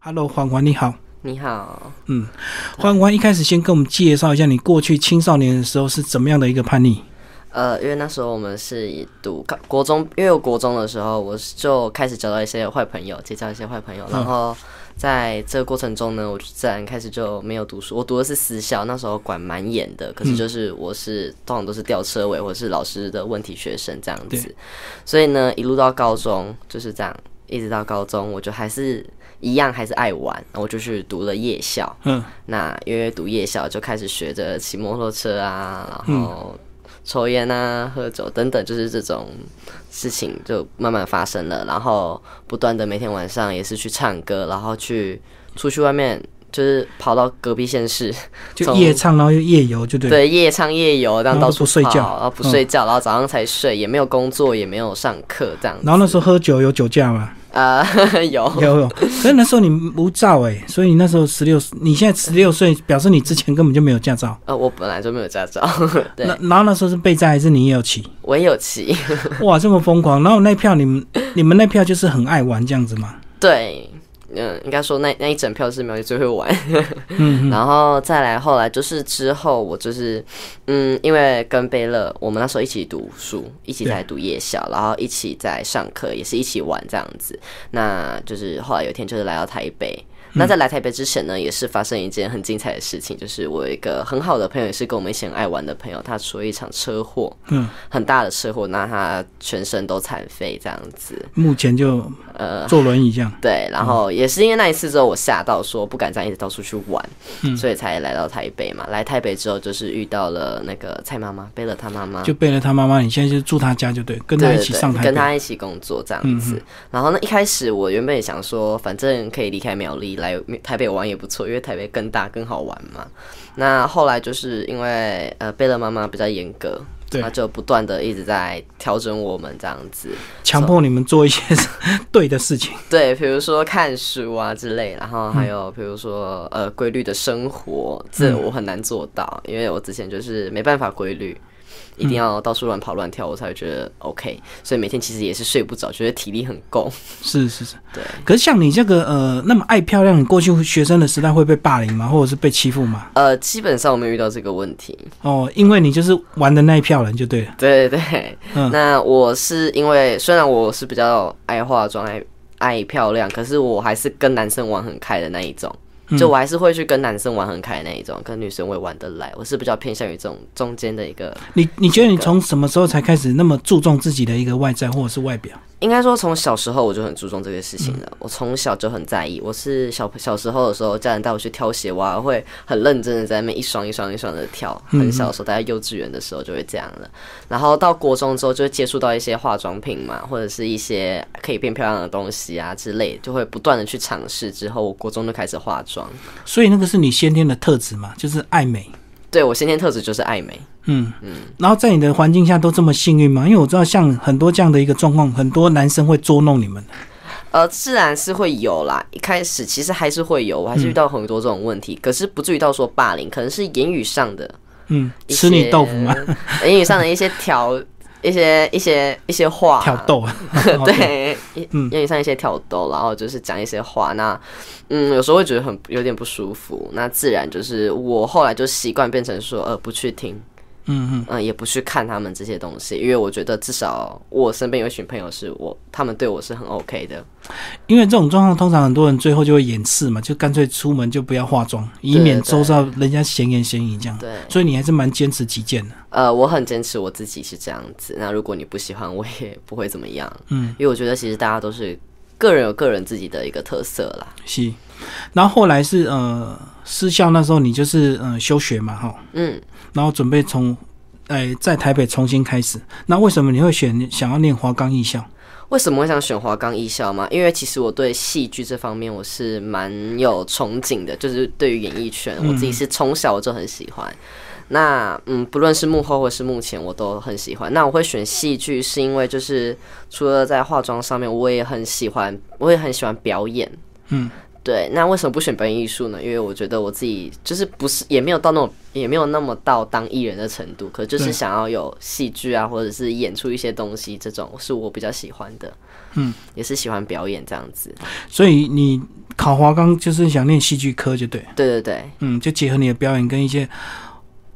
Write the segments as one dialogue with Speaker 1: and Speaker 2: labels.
Speaker 1: Hello，欢欢你好。
Speaker 2: 你好，
Speaker 1: 欢欢一开始先跟我们介绍一下你过去青少年的时候是怎么样的一个叛逆。
Speaker 2: 呃，因为那时候我们是以读高国中，因为我国中的时候，我是就开始交到一些坏朋友，结交一些坏朋友，然后在这个过程中呢，我就自然开始就没有读书。我读的是私校，那时候管蛮严的，可是就是我是通常都是吊车尾或是老师的问题学生这样子，所以呢，一路到高中就是这样，一直到高中，我就还是一样，还是爱玩，我就去读了夜校。
Speaker 1: 嗯，
Speaker 2: 那因为读夜校就开始学着骑摩托车啊，然后抽烟啊、喝酒等等，就是这种事情就慢慢发生了。然后不断的每天晚上也是去唱歌，然后去出去外面，就是跑到隔壁县市，
Speaker 1: 就
Speaker 2: 从
Speaker 1: 夜唱，然后又夜游，就对。，
Speaker 2: 对，夜唱夜游，这
Speaker 1: 然
Speaker 2: 样
Speaker 1: 后
Speaker 2: 到
Speaker 1: 都
Speaker 2: 处
Speaker 1: 不睡
Speaker 2: 跑
Speaker 1: 觉
Speaker 2: 然后不
Speaker 1: 嗯
Speaker 2: 睡觉，然后早上才睡，也没有工作，也没有上课，这样子。
Speaker 1: 然后那时候喝酒有酒驾嘛？
Speaker 2: 啊、 有
Speaker 1: 有有。可是那时候你无照哎、所以你那时候十六，你现在十六岁，表示你之前根本就没有驾照。
Speaker 2: 呃，我本来就没有驾照， 对
Speaker 1: 那然后那时候是备战还是你也有骑？
Speaker 2: 我也有骑，
Speaker 1: 哇，这么疯狂！然后那票你们你们那票就是很爱玩这样子嘛？
Speaker 2: 对，嗯，应该说那那一整票是苗栗最会玩。
Speaker 1: 嗯，
Speaker 2: 然后再来后来就是之后我就是，嗯，因为跟贝勒我们那时候一起读书，一起在读夜校，然后一起在上课，也是一起玩这样子。那就是后来有一天就是来到台北。
Speaker 1: 嗯
Speaker 2: 那在来台北之前呢，也是发生一件很精彩的事情，就是我有一个很好的朋友，也是跟我们一起很爱玩的朋友，他出了一场车祸，
Speaker 1: 嗯，
Speaker 2: 很大的车祸，那他全身都残废这样子，
Speaker 1: 目前就
Speaker 2: 呃，
Speaker 1: 坐轮椅这样。
Speaker 2: 对，然后
Speaker 1: 嗯
Speaker 2: 也是因为那一次之后，我吓到说不敢这样一直到处去玩，
Speaker 1: 嗯
Speaker 2: 所以才来到台北嘛。来台北之后，就是遇到了那个蔡妈妈，贝勒她妈妈，
Speaker 1: 就背了他妈妈，你现在就住他家就对，跟他
Speaker 2: 啊对
Speaker 1: 一
Speaker 2: 对
Speaker 1: 起
Speaker 2: 对，
Speaker 1: 上台
Speaker 2: 跟
Speaker 1: 北。嗯
Speaker 2: 她一起工作这样子。然后呢，一开始我原本也想说，反正可以离开苗栗来台北玩也不错，因为台北更大更好玩嘛。那后来就是因为呃贝勒妈妈比较严格，
Speaker 1: 对
Speaker 2: 她就不断的一直在调整我们这样子。
Speaker 1: 强迫你们做一些 对的事情。
Speaker 2: 对，比如说看书啊之类，然后还有比如说呃规律的生活，这我很难做到，因为我之前就是没办法规律，一定要到处乱跑乱跳，我才会觉得 OK。所以每天其实也是睡不着，觉得体力很够。
Speaker 1: 是是是，
Speaker 2: 对。
Speaker 1: 可是像你这个呃那么爱漂亮，你过去学生的时代会被霸凌吗？或者是被欺负吗？
Speaker 2: 呃，基本上我没有遇到这个问题。
Speaker 1: 哦，因为你就是玩的那一票人就对了。
Speaker 2: 对对对，
Speaker 1: 嗯
Speaker 2: 那我是因为虽然我是比较爱化妆、爱爱漂亮，可是我还是跟男生玩很开的那一种，就我还是会去跟男生玩很开的那一种，跟女生我也玩得来，我是比较偏向于这种中间的一个。
Speaker 1: 你你觉得你从什么时候才开始那么注重自己的一个外在或者是外表？
Speaker 2: 应该说，从小时候我就很注重这个事情了。我从小就很在意。我是小小时候的时候，家人带我去挑鞋，我还会很认真的在那边一双一双一双的挑。很小的时候，大概幼稚园的时候就会这样了。然后到国中之后，就会接触到一些化妆品嘛，或者是一些可以变漂亮的东西啊之类，就会不断的去尝试。之后，我国中就开始化妆。
Speaker 1: 所以那个是你先天的特质嘛，就是爱美。
Speaker 2: 对我先天特质就是爱美。
Speaker 1: 嗯嗯。然后在你的环境下都这么幸运吗？因为我知道像很多这样的一个状况，很多男生会捉弄你们。
Speaker 2: 呃，自然是会有啦。一开始其实还是会有，我还是遇到很多这种问题，可是不至于到说霸凌，可能是言语上的。
Speaker 1: 嗯，
Speaker 2: 一
Speaker 1: 吃你
Speaker 2: 些
Speaker 1: 豆腐 吗？？
Speaker 2: 言语上的一些挑，一些一些一些话，
Speaker 1: 挑逗。啊 哦
Speaker 2: 对，
Speaker 1: 嗯
Speaker 2: 言语上一些挑逗，然后就是讲一些话。那嗯，有时候会觉得很有点不舒服。那自然就是我后来就习惯变成说，呃，不去听，
Speaker 1: 嗯嗯。
Speaker 2: 嗯、也不去看他们这些东西，因为我觉得至少我身边有一群朋友是我，他们对我是很 OK 的。
Speaker 1: 因为这种状况，通常很多人最后就会掩饰嘛，就干脆出门就不要化妆，以免周遭人家闲言闲语这样。
Speaker 2: 对，
Speaker 1: 所以你还是蛮坚持己见的。
Speaker 2: 呃，我很坚持我自己是这样子。那如果你不喜欢，我也不会怎么样。
Speaker 1: 嗯，
Speaker 2: 因为我觉得其实大家都是个人有个人自己的一个特色啦。
Speaker 1: 是。然后后来是呃私校那时候你就是呃休学嘛哈，
Speaker 2: 嗯，
Speaker 1: 然后准备从呃在台北重新开始。那为什么你会选想要念华冈艺校？
Speaker 2: 为什么会想选华冈艺校嘛？因为其实我对戏剧这方面我是蛮有憧憬的，就是对于演艺圈，我自己是从小我就很喜欢。那嗯，不论是幕后或是幕前，我都很喜欢。那我会选戏剧，是因为就是除了在化妆上面，我也很喜欢，我也很喜欢表演。
Speaker 1: 嗯，
Speaker 2: 对。那为什么不选表演艺术呢？因为我觉得我自己就是不是也没有到那种也没有那么到当艺人的程度，可就是想要有戏剧啊，或者是演出一些东西，这种是我比较喜欢的。嗯，也是喜欢表演这样子。
Speaker 1: 所以你考华冈就是想念戏剧科，就对，
Speaker 2: 对对对，
Speaker 1: 嗯，就结合你的表演跟一些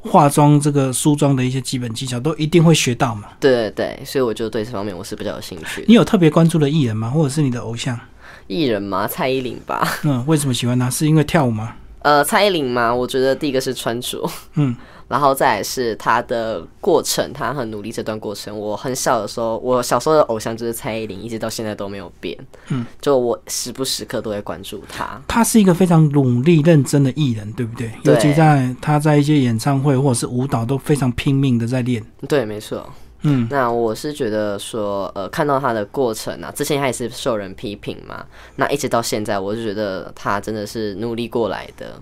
Speaker 1: 化妆这个梳妆的一些基本技巧，都一定会学到嘛。
Speaker 2: 对对对，所以我就对这方面我是比较有兴趣的。
Speaker 1: 你有特别关注的艺人吗？或者是你的偶 像？
Speaker 2: 艺人嘛，蔡依林吧，
Speaker 1: 嗯，为什么喜欢他？是因为跳舞吗？
Speaker 2: 呃，蔡依林嘛，我觉得第一个是穿着，
Speaker 1: 嗯，
Speaker 2: 然后再来是她的过程，她很努力这段过程。我很小的时候，我小时候的偶像就是蔡依林，一直到现在都没有变，
Speaker 1: 嗯，
Speaker 2: 就我时不时刻都会关注她。
Speaker 1: 他是一个非常努力认真的艺人，对不对？
Speaker 2: 对
Speaker 1: 尤其在他在一些演唱会或者是舞蹈都非常拼命的在练。
Speaker 2: 对，没错。
Speaker 1: 嗯，
Speaker 2: 那我是觉得说，呃，看到他的过程啊，之前他也是受人批评嘛，那一直到现在，我就觉得他真的是努力过来的，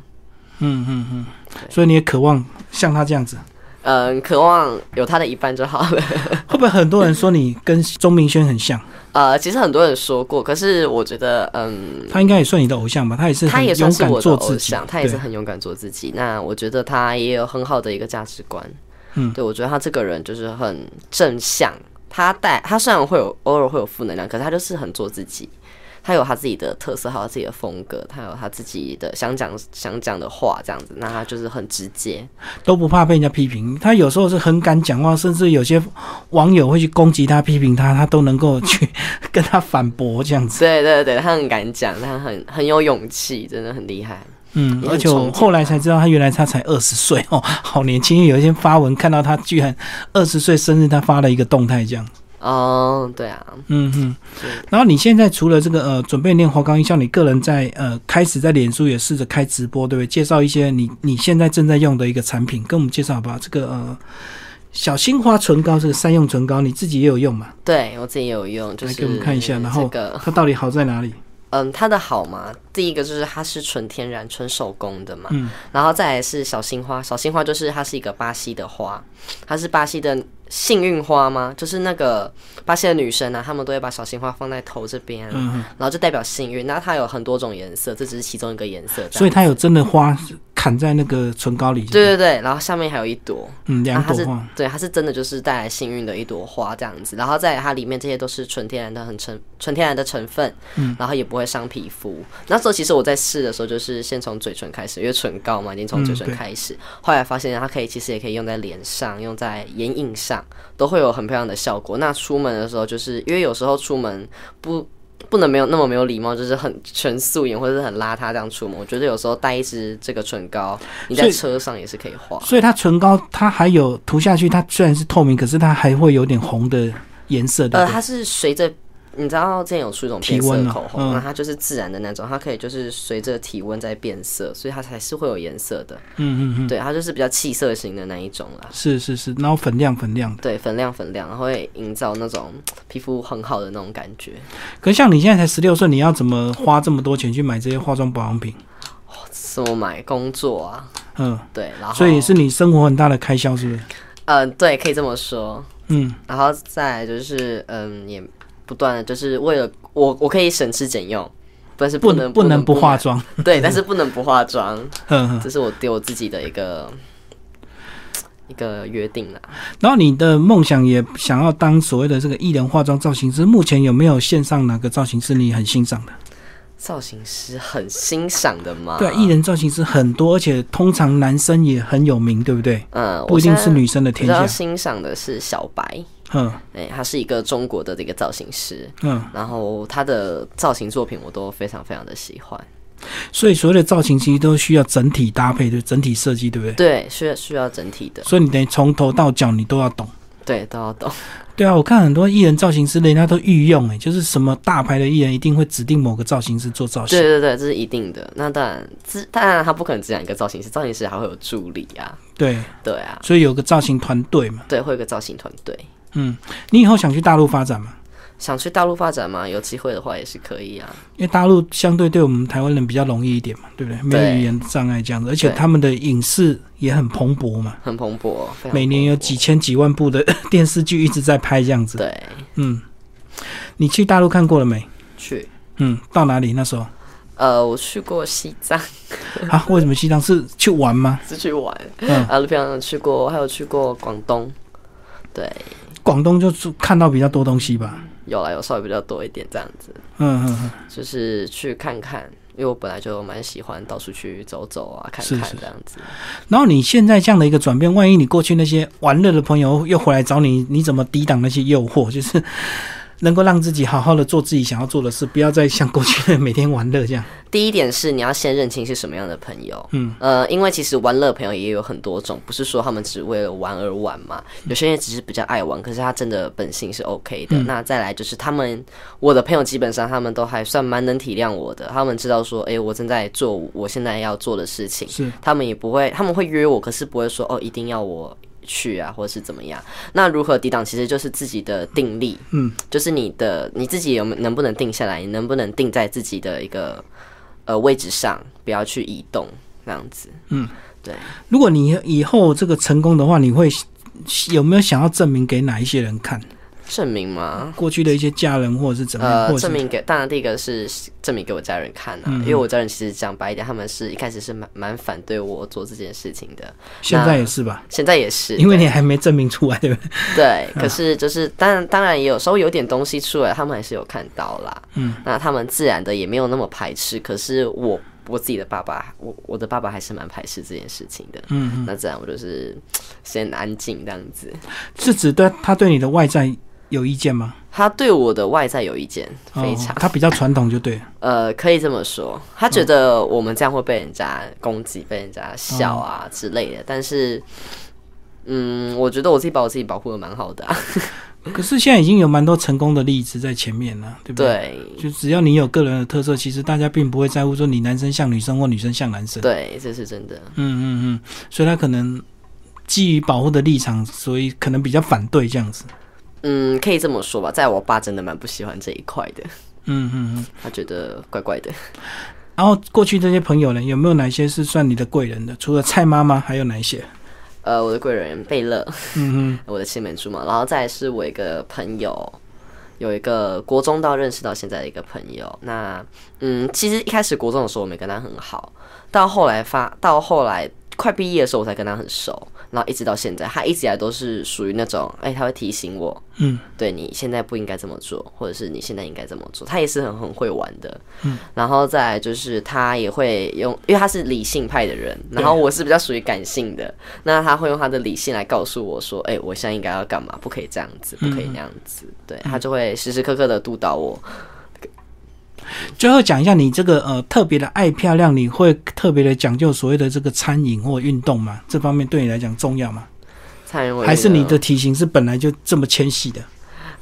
Speaker 1: 所以你也渴望像他这样子。
Speaker 2: 嗯、渴望有他的一半就好了。
Speaker 1: 会不会很多人说你跟钟明轩很像？
Speaker 2: 呃，其实很多人说过，可是我觉得，嗯，
Speaker 1: 他应该也算你的偶像吧？他也是
Speaker 2: 他
Speaker 1: 很
Speaker 2: 也算
Speaker 1: 勇
Speaker 2: 是
Speaker 1: 敢
Speaker 2: 我的
Speaker 1: 做
Speaker 2: 偶
Speaker 1: 自己
Speaker 2: 像，，他也是
Speaker 1: 对
Speaker 2: 很勇敢做自己。那我觉得他也有很好的一个价值观，
Speaker 1: 嗯
Speaker 2: 对我觉得他这个人就是很正向。他带他虽然会有偶尔会有负能量，可是他就是很做自己，他有他自己的特色，还有自己的风格，他有他自己的想讲想讲的话，这样子，那他就是很直接。
Speaker 1: 都不怕被人家批评。他有时候是很敢讲话，甚至有些网友会去攻击他、批评他，他都能够去 跟他反驳这样子。
Speaker 2: 对对对，他很敢讲，他很很有勇气，真的很厉害。
Speaker 1: 嗯，
Speaker 2: 也很
Speaker 1: 而且我
Speaker 2: 冲击
Speaker 1: 后来才知道，他原来他才二十岁哦，好年轻。因为有一天发文看到他居然二十岁生日，他发了一个动态这样。
Speaker 2: 哦，对啊，
Speaker 1: 嗯哼
Speaker 2: 对。
Speaker 1: 然后你现在除了这个呃，准备练华冈艺校，你个人在呃开始在脸书也试着开直播，对不对？介绍一些你你现在正在用的一个产品，跟我们介绍好不好？这个呃。小青花唇膏，这个三用唇膏，你自己也有用嘛？
Speaker 2: 对我自己也有用，就
Speaker 1: 来
Speaker 2: 是
Speaker 1: 给我们看一下，然后
Speaker 2: 这个
Speaker 1: 它到底好在哪里？
Speaker 2: 嗯，它的好嘛，第一个就是它是纯天然、纯手工的嘛，
Speaker 1: 嗯
Speaker 2: 然后再来是小心花，小心花就是它是一个巴西的花，它是巴西的幸运花吗？就是那个巴西的女生啊，她们都会把小心花放在头这边啊、
Speaker 1: 嗯哼，
Speaker 2: 然后就代表幸运。那它有很多种颜色，这只是其中一个颜色，这
Speaker 1: 所以
Speaker 2: 样。
Speaker 1: 它有真的花砍在那个唇膏里，是不是
Speaker 2: 对对对，然后下面还有一朵，
Speaker 1: 嗯，两
Speaker 2: 那它
Speaker 1: 朵
Speaker 2: 是
Speaker 1: 花。
Speaker 2: 对，它是真的就是带来幸运的一朵花这样子，然后在它里面这些都是纯天然的，很成纯天然的成分，
Speaker 1: 嗯
Speaker 2: 然后也不会伤皮肤。那时候其实我在试的时候，就是先从嘴唇开始，因为唇膏嘛，已经从嘴
Speaker 1: 嗯
Speaker 2: 唇
Speaker 1: 对
Speaker 2: 开始。后来发现它可以，其实也可以用在脸上，用在眼影上，都会有很漂亮的效果。那出门的时候，就是因为有时候出门不。不能没有那么没有礼貌，就是很全素颜或者是很邋遢这样出门。我觉得有时候带一支这个唇膏，你
Speaker 1: 所
Speaker 2: 在
Speaker 1: 以
Speaker 2: 车上也是可以画。
Speaker 1: 所以它唇膏它还有涂下去，它虽然是透明，可是它还会有点红的颜色，对
Speaker 2: 呃，
Speaker 1: 不对？
Speaker 2: 它是随着你知道之前有出一种变色
Speaker 1: 体温啊
Speaker 2: 口红，那、
Speaker 1: 嗯
Speaker 2: 它就是自然的那种，它可以就是随着体温在变色，所以它才是会有颜色的。
Speaker 1: 嗯嗯嗯，
Speaker 2: 对，它就是比较气色型的那一种啦。
Speaker 1: 是是是，然后粉亮粉亮的。
Speaker 2: 对，粉亮粉亮，然后会营造那种嗯皮肤很好的那种感觉。
Speaker 1: 可是像你现在才十六岁，你要怎么花这么多钱去买这些化妆保养品？
Speaker 2: 什么买工作啊？
Speaker 1: 嗯，
Speaker 2: 对，然后
Speaker 1: 所以是你生活很大的开销，是不是？
Speaker 2: 嗯、对，可以这么说。
Speaker 1: 嗯，
Speaker 2: 然后再来就是嗯，也不断的就是为了我，我可以省吃俭用，但是
Speaker 1: 不
Speaker 2: 能
Speaker 1: 能不能不化，妆。
Speaker 2: 买对，但是不能不化妆。
Speaker 1: 嗯嗯。
Speaker 2: 这是我对我自己的一个一个约定啦。
Speaker 1: 然后你的梦想也想要当所谓的这个艺人化妆造型师，目前有没有线上哪个造型师你很欣赏的？
Speaker 2: 造型师很欣赏的嘛？
Speaker 1: 对啊，艺人造型师很多，而且通常男生也很有名，对不对？
Speaker 2: 嗯，我
Speaker 1: 不一定
Speaker 2: 现在
Speaker 1: 是女生的
Speaker 2: 比
Speaker 1: 天
Speaker 2: 较
Speaker 1: 下。
Speaker 2: 欣赏的是小白，
Speaker 1: 嗯
Speaker 2: 哎、他是一个中国的这个造型师，
Speaker 1: 嗯。
Speaker 2: 然后他的造型作品我都非常非常的喜欢。
Speaker 1: 所以所谓的造型其实都需要整体搭配，对整体设计，对不对？
Speaker 2: 对，需要需要整体的，
Speaker 1: 所以你得从头到脚你都要懂。
Speaker 2: 对，都要懂。
Speaker 1: 对啊，我看很多艺人造型师，人家都御用、欸，就是什么大牌的艺人一定会指定某个造型师做造型
Speaker 2: 对。对对，这是一定的。那当然，自当然他不可能只养一个造型师，造型师还会有助理啊，
Speaker 1: 对，
Speaker 2: 对啊，
Speaker 1: 所以有个造型团队嘛。
Speaker 2: 对，会有个造型团队。
Speaker 1: 嗯，你以后想去大陆发展吗？
Speaker 2: 想去大陆发展嘛，有机会的话也是可以啊。
Speaker 1: 因为大陆相对对我们台湾人比较容易一点嘛，对不对？没有
Speaker 2: 对
Speaker 1: 语言障碍这样子，而且
Speaker 2: 对
Speaker 1: 他们的影视也很蓬勃嘛，
Speaker 2: 很蓬勃，非常
Speaker 1: 每年有几千几万部的 电视剧一直在拍这样
Speaker 2: 蓬勃
Speaker 1: 子。
Speaker 2: 对
Speaker 1: 嗯，你去大陆看过了没？
Speaker 2: 去。
Speaker 1: 嗯，到哪里那时候？
Speaker 2: 呃，我去过西藏，
Speaker 1: 啊，为什么西藏是去玩吗？
Speaker 2: 是去玩，
Speaker 1: 嗯
Speaker 2: 啊，平常去过，还有去过广东，对，
Speaker 1: 广东就是看到比较多东西吧。
Speaker 2: 有来有稍微比较多一点这样子，
Speaker 1: 嗯嗯嗯。
Speaker 2: 就是去看看，因为我本来就蛮喜欢到处去走走啊，看
Speaker 1: 是
Speaker 2: 看
Speaker 1: 是
Speaker 2: 这样子。
Speaker 1: 然后你现在这样的一个转变，万一你过去那些玩乐的朋友又回来找你，你怎么抵挡那些诱惑？就是能够让自己好好的做自己想要做的事，不要再像过去每天玩乐这样。
Speaker 2: 第一点是你要先认清是什么样的朋友，嗯，呃，因为其实玩乐朋友也有很多种，不是说他们只为了玩而玩嘛，
Speaker 1: 嗯
Speaker 2: 有些人只是比较爱玩，可是他真的本性是 OK 的。那再来就是他们，我的朋友基本上他们都还算蛮能体谅我的，他们知道说，诶，我正在做我现在要做的事情，
Speaker 1: 是
Speaker 2: 他们也不会，他们会约我，可是不会说哦，一定要我。去啊，或者是怎么样？那如何抵挡？其实就是自己的定力，
Speaker 1: 嗯，
Speaker 2: 就是你的你自己有没能不能定下来，你能不能定在自己的一个呃位置上，不要去移动那样子。
Speaker 1: 如果你以后这个成功的话，你会有没有想要证明给哪一些人看？
Speaker 2: 证明吗？
Speaker 1: 过去的一些家人或者是怎么样，
Speaker 2: 呃
Speaker 1: 或，者
Speaker 2: 证
Speaker 1: 是嗯
Speaker 2: 明给当然第一个是证明给我家人看啊，因为我家人其实讲白一点，他们是一开始是蛮蛮反对我做这件事情的，
Speaker 1: 现在也是吧？
Speaker 2: 现在也是，
Speaker 1: 因为
Speaker 2: 对
Speaker 1: 你还没证明出来，对不对？
Speaker 2: 对，可是就是当然当然也有稍微有点东西出来，他们还是有看到啦。嗯，那他们自然的也没有那么排斥。可是我我自己的爸爸，我我的爸爸还是蛮排斥这件事情的。嗯，那自然我就是先安静这样子。
Speaker 1: 是指对他对你的外在有意见吗？
Speaker 2: 他对我的外在有意见，非常、
Speaker 1: 哦、他比较传统就 对了。
Speaker 2: 呃，可以这么说，他觉得我们这样会被人家攻击、被人家笑
Speaker 1: 嗯
Speaker 2: 啊之类的。但是，嗯，我觉得我自己把我自己保护的蛮好的、啊。
Speaker 1: 可是现在已经有蛮多成功的例子在前面了，对不对？
Speaker 2: 对，
Speaker 1: 就只要你有个人的特色，其实大家并不会在乎说你男生像女生或女生像男生。
Speaker 2: 对，这是真的。
Speaker 1: 嗯嗯嗯，所以他可能基于保护的立场，所以可能比较反对这样子。
Speaker 2: 嗯，可以这么说吧，在我爸真的蛮不喜欢这一块的，
Speaker 1: 嗯嗯嗯。
Speaker 2: 他觉得怪怪的。
Speaker 1: 然后过去这些朋友呢，有没有哪些是算你的贵人的？除了蔡妈妈，还有哪一些？
Speaker 2: 呃，我的贵人贝勒，
Speaker 1: 嗯嗯，
Speaker 2: 我的青梅竹马，然后再来是我一个朋友，有一个国中到认识到现在的一个朋友。那嗯，其实一开始国中的时候我没跟他很好，到后来发到后来快毕业的时候我才跟他很熟，然后一直到现在，他一直以来都是属于那种，哎、他会提醒我，
Speaker 1: 嗯，
Speaker 2: 对你现在不应该这么做，或者是你现在应该这么做，他也是很很会玩的，嗯，然后再来就是他也会用，因为他是理性派的人，然后我是比较属于感性的，那他会用他的理性来告诉我说，哎、我现在应该要干嘛，不可以这样子，不可以那样子，对
Speaker 1: 嗯
Speaker 2: 他就会时时刻刻的督导我，
Speaker 1: 最后讲一下你这个呃特别的爱漂亮，你会特别的讲究所谓的这个餐饮或运动吗？这方面对你来讲重要吗？
Speaker 2: 蔡英文
Speaker 1: 还是你
Speaker 2: 呢
Speaker 1: 的体型是本来就这么纤细的？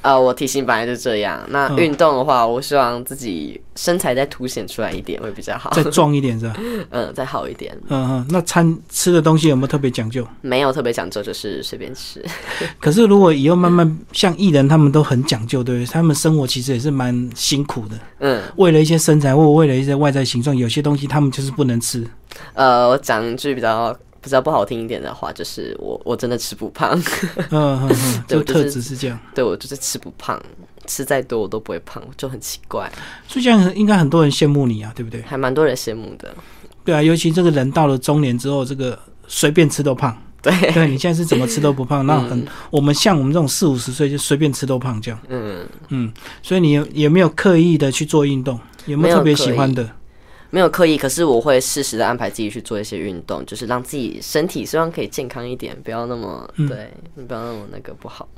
Speaker 2: 啊，我体型本来就这样。那
Speaker 1: 嗯
Speaker 2: 运动的话，我希望自己身材再凸显出来一点会比较好，
Speaker 1: 再壮一点 是吧？
Speaker 2: 嗯，再好一点。
Speaker 1: 嗯哼，那餐吃的东西有没有特别讲究？
Speaker 2: 没有特别讲究，就是随便吃。
Speaker 1: 可是如果以后慢慢像艺人，他们都很讲究，对不对？他们生活其实也是蛮辛苦的，
Speaker 2: 嗯，
Speaker 1: 为了一些身材或为了一些外在形状，有些东西他们就是不能吃。
Speaker 2: 呃，我讲一句比较比较不好听一点的话，就是我我真的吃不胖，
Speaker 1: 嗯哼哼， 就
Speaker 2: 对我就是
Speaker 1: 特质是这样。
Speaker 2: 对我就是吃不胖，吃再多我都不会胖，就很奇怪，
Speaker 1: 所以这样应该很多人羡慕你啊，对不对？
Speaker 2: 还蛮多人羡慕的。
Speaker 1: 对啊，尤其这个人到了中年之后，这个随便吃都胖。
Speaker 2: 对，
Speaker 1: 对你现在是怎么吃都不胖，那很我们像我们这种四五十岁就随便吃都胖这样。
Speaker 2: 嗯，
Speaker 1: 所以你有也没有刻意的去做运动，有没
Speaker 2: 没
Speaker 1: 有
Speaker 2: 有
Speaker 1: 特别
Speaker 2: 刻
Speaker 1: 喜
Speaker 2: 意
Speaker 1: 欢的？
Speaker 2: 没有刻意，可是我会适时的安排自己去做一些运动，就是让自己身体希望可以健康一点，不要那么、
Speaker 1: 嗯
Speaker 2: 对，不要那么那个不好。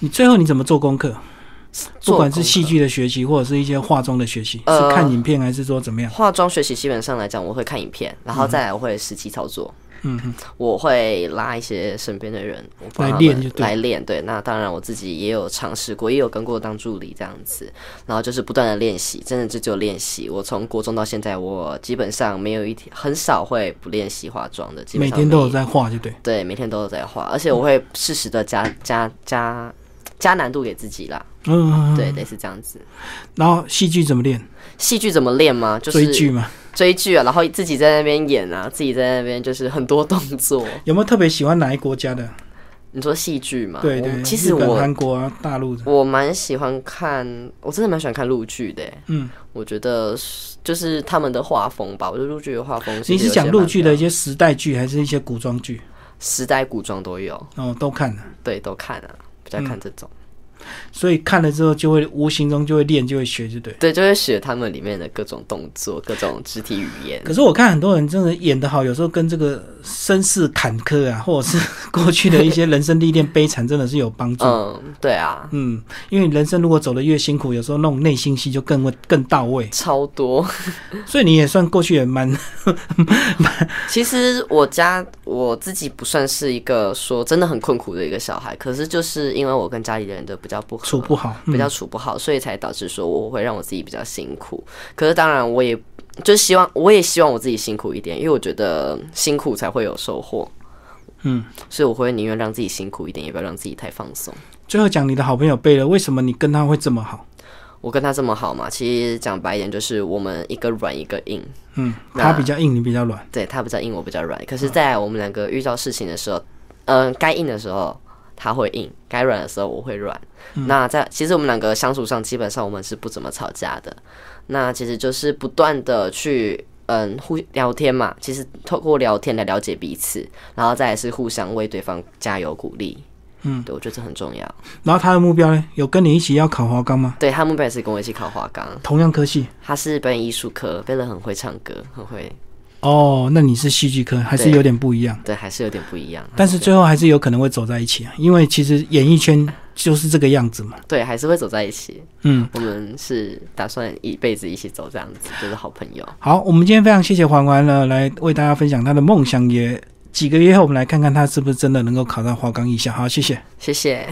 Speaker 1: 你最后你怎么做功课？不
Speaker 2: 做
Speaker 1: 管是
Speaker 2: 功
Speaker 1: 戏
Speaker 2: 课
Speaker 1: 剧的学习，或者是一些化妆的学习，
Speaker 2: 呃
Speaker 1: 是看影片还是说怎么样？
Speaker 2: 化妆学习基本上来讲，我会看影片，然后再来我会实际操作。
Speaker 1: 嗯哼，
Speaker 2: 我会拉一些身边的人，我帮
Speaker 1: 来
Speaker 2: 他
Speaker 1: 练
Speaker 2: 们
Speaker 1: 就对
Speaker 2: 来练。对，那当然我自己也有尝试过，也有跟过当助理这样子，然后就是不断的练习，真的就只有练习。我从国中到现在，我基本上没有一天很少会不练习化妆的，基本
Speaker 1: 每
Speaker 2: 上
Speaker 1: 天都有在画，就对。
Speaker 2: 对，每天都有在画，而且我会适时的加加加加难度给自己啦，
Speaker 1: 嗯，
Speaker 2: 对，类似这样子。
Speaker 1: 然后戏剧怎么练？
Speaker 2: 戏剧怎么练吗？就是
Speaker 1: 追剧嘛，
Speaker 2: 追剧啊，然后自己在那边演啊，自己在那边就是很多动作。
Speaker 1: 有没有特别喜欢哪一国家的？
Speaker 2: 你说戏剧嘛？
Speaker 1: 对
Speaker 2: 我
Speaker 1: 对，
Speaker 2: 其
Speaker 1: 日
Speaker 2: 实
Speaker 1: 本
Speaker 2: 我
Speaker 1: 韩国啊，大陆的。
Speaker 2: 我蛮喜欢看，我真的蛮喜欢看陆剧的。
Speaker 1: 嗯，
Speaker 2: 我觉得是就是他们的画风吧，我觉得陆剧的画风其
Speaker 1: 你
Speaker 2: 实有
Speaker 1: 是
Speaker 2: 些蛮
Speaker 1: 讲陆剧的一
Speaker 2: 妙
Speaker 1: 些时代剧，还是一些古装剧？
Speaker 2: 时代古装都有，
Speaker 1: 哦，都看了。嗯
Speaker 2: 对，都看啊，比较看这种。
Speaker 1: 所以看了之后就会无形中就会练，就会学，就对。
Speaker 2: 对，就会学他们里面的各种动作、各种肢体语言。
Speaker 1: 可是我看很多人真的演得好，有时候跟这个身世坎坷啊，或者是过去的一些人生历练悲惨，真的是有帮助。
Speaker 2: 嗯，对啊，
Speaker 1: 嗯，因为你人生如果走得越辛苦，有时候那种内心戏就更会更到位。
Speaker 2: 超多。
Speaker 1: 所以你也算过去也蛮
Speaker 2: 其实我家我自己不算是一个说真的很困苦的一个小孩，可是就是因为我跟家里的人都比较不合，
Speaker 1: 处不好，嗯
Speaker 2: 比较处不好，所以才导致说我会让我自己比较辛苦。可是当然，我也就希望，我也希望我自己辛苦一点，因为我觉得辛苦才会有收获。
Speaker 1: 嗯，
Speaker 2: 所以我会宁愿让自己辛苦一点，也不要让自己太放松。
Speaker 1: 最后讲你的好朋友贝勒，为什么你跟他会这么好？
Speaker 2: 我跟他这么好嘛，其实讲白一点，就是我们一个软一个硬，
Speaker 1: 嗯，
Speaker 2: 那
Speaker 1: 他比较硬，你比较软。
Speaker 2: 对他比较硬，我比较软。可是，在我们两个遇到事情的时候，嗯、该硬的时候他会硬，该软的时候我会软。
Speaker 1: 嗯
Speaker 2: 那在其实我们两个相处上，基本上我们是不怎么吵架的。那其实就是不断的去嗯互聊天嘛，其实透过聊天来了解彼此，然后再来是互相为对方加油鼓励。
Speaker 1: 嗯，
Speaker 2: 对我觉得这很重要。
Speaker 1: 然后他的目标呢，有跟你一起要考华冈吗？
Speaker 2: 对他目标也是跟我一起考华冈，
Speaker 1: 同样科系
Speaker 2: 他是表演艺术科，贝勒很会唱歌，很会，
Speaker 1: 哦，那你是戏剧科，还是
Speaker 2: 对
Speaker 1: 有点不一样。
Speaker 2: 对，还是有点不一样。
Speaker 1: 但是最后还是有可能会走在一起啊，因为其实演艺圈就是这个样子嘛。
Speaker 2: 对，还是会走在一起。
Speaker 1: 嗯，
Speaker 2: 我们是打算一辈子一起走这样子，就是好朋友。
Speaker 1: 好，我们今天非常谢谢环环呢，来为大家分享他的梦想也。几个月后，我们来看看他是不是真的能够考上华冈艺校。好，谢谢。
Speaker 2: 谢谢。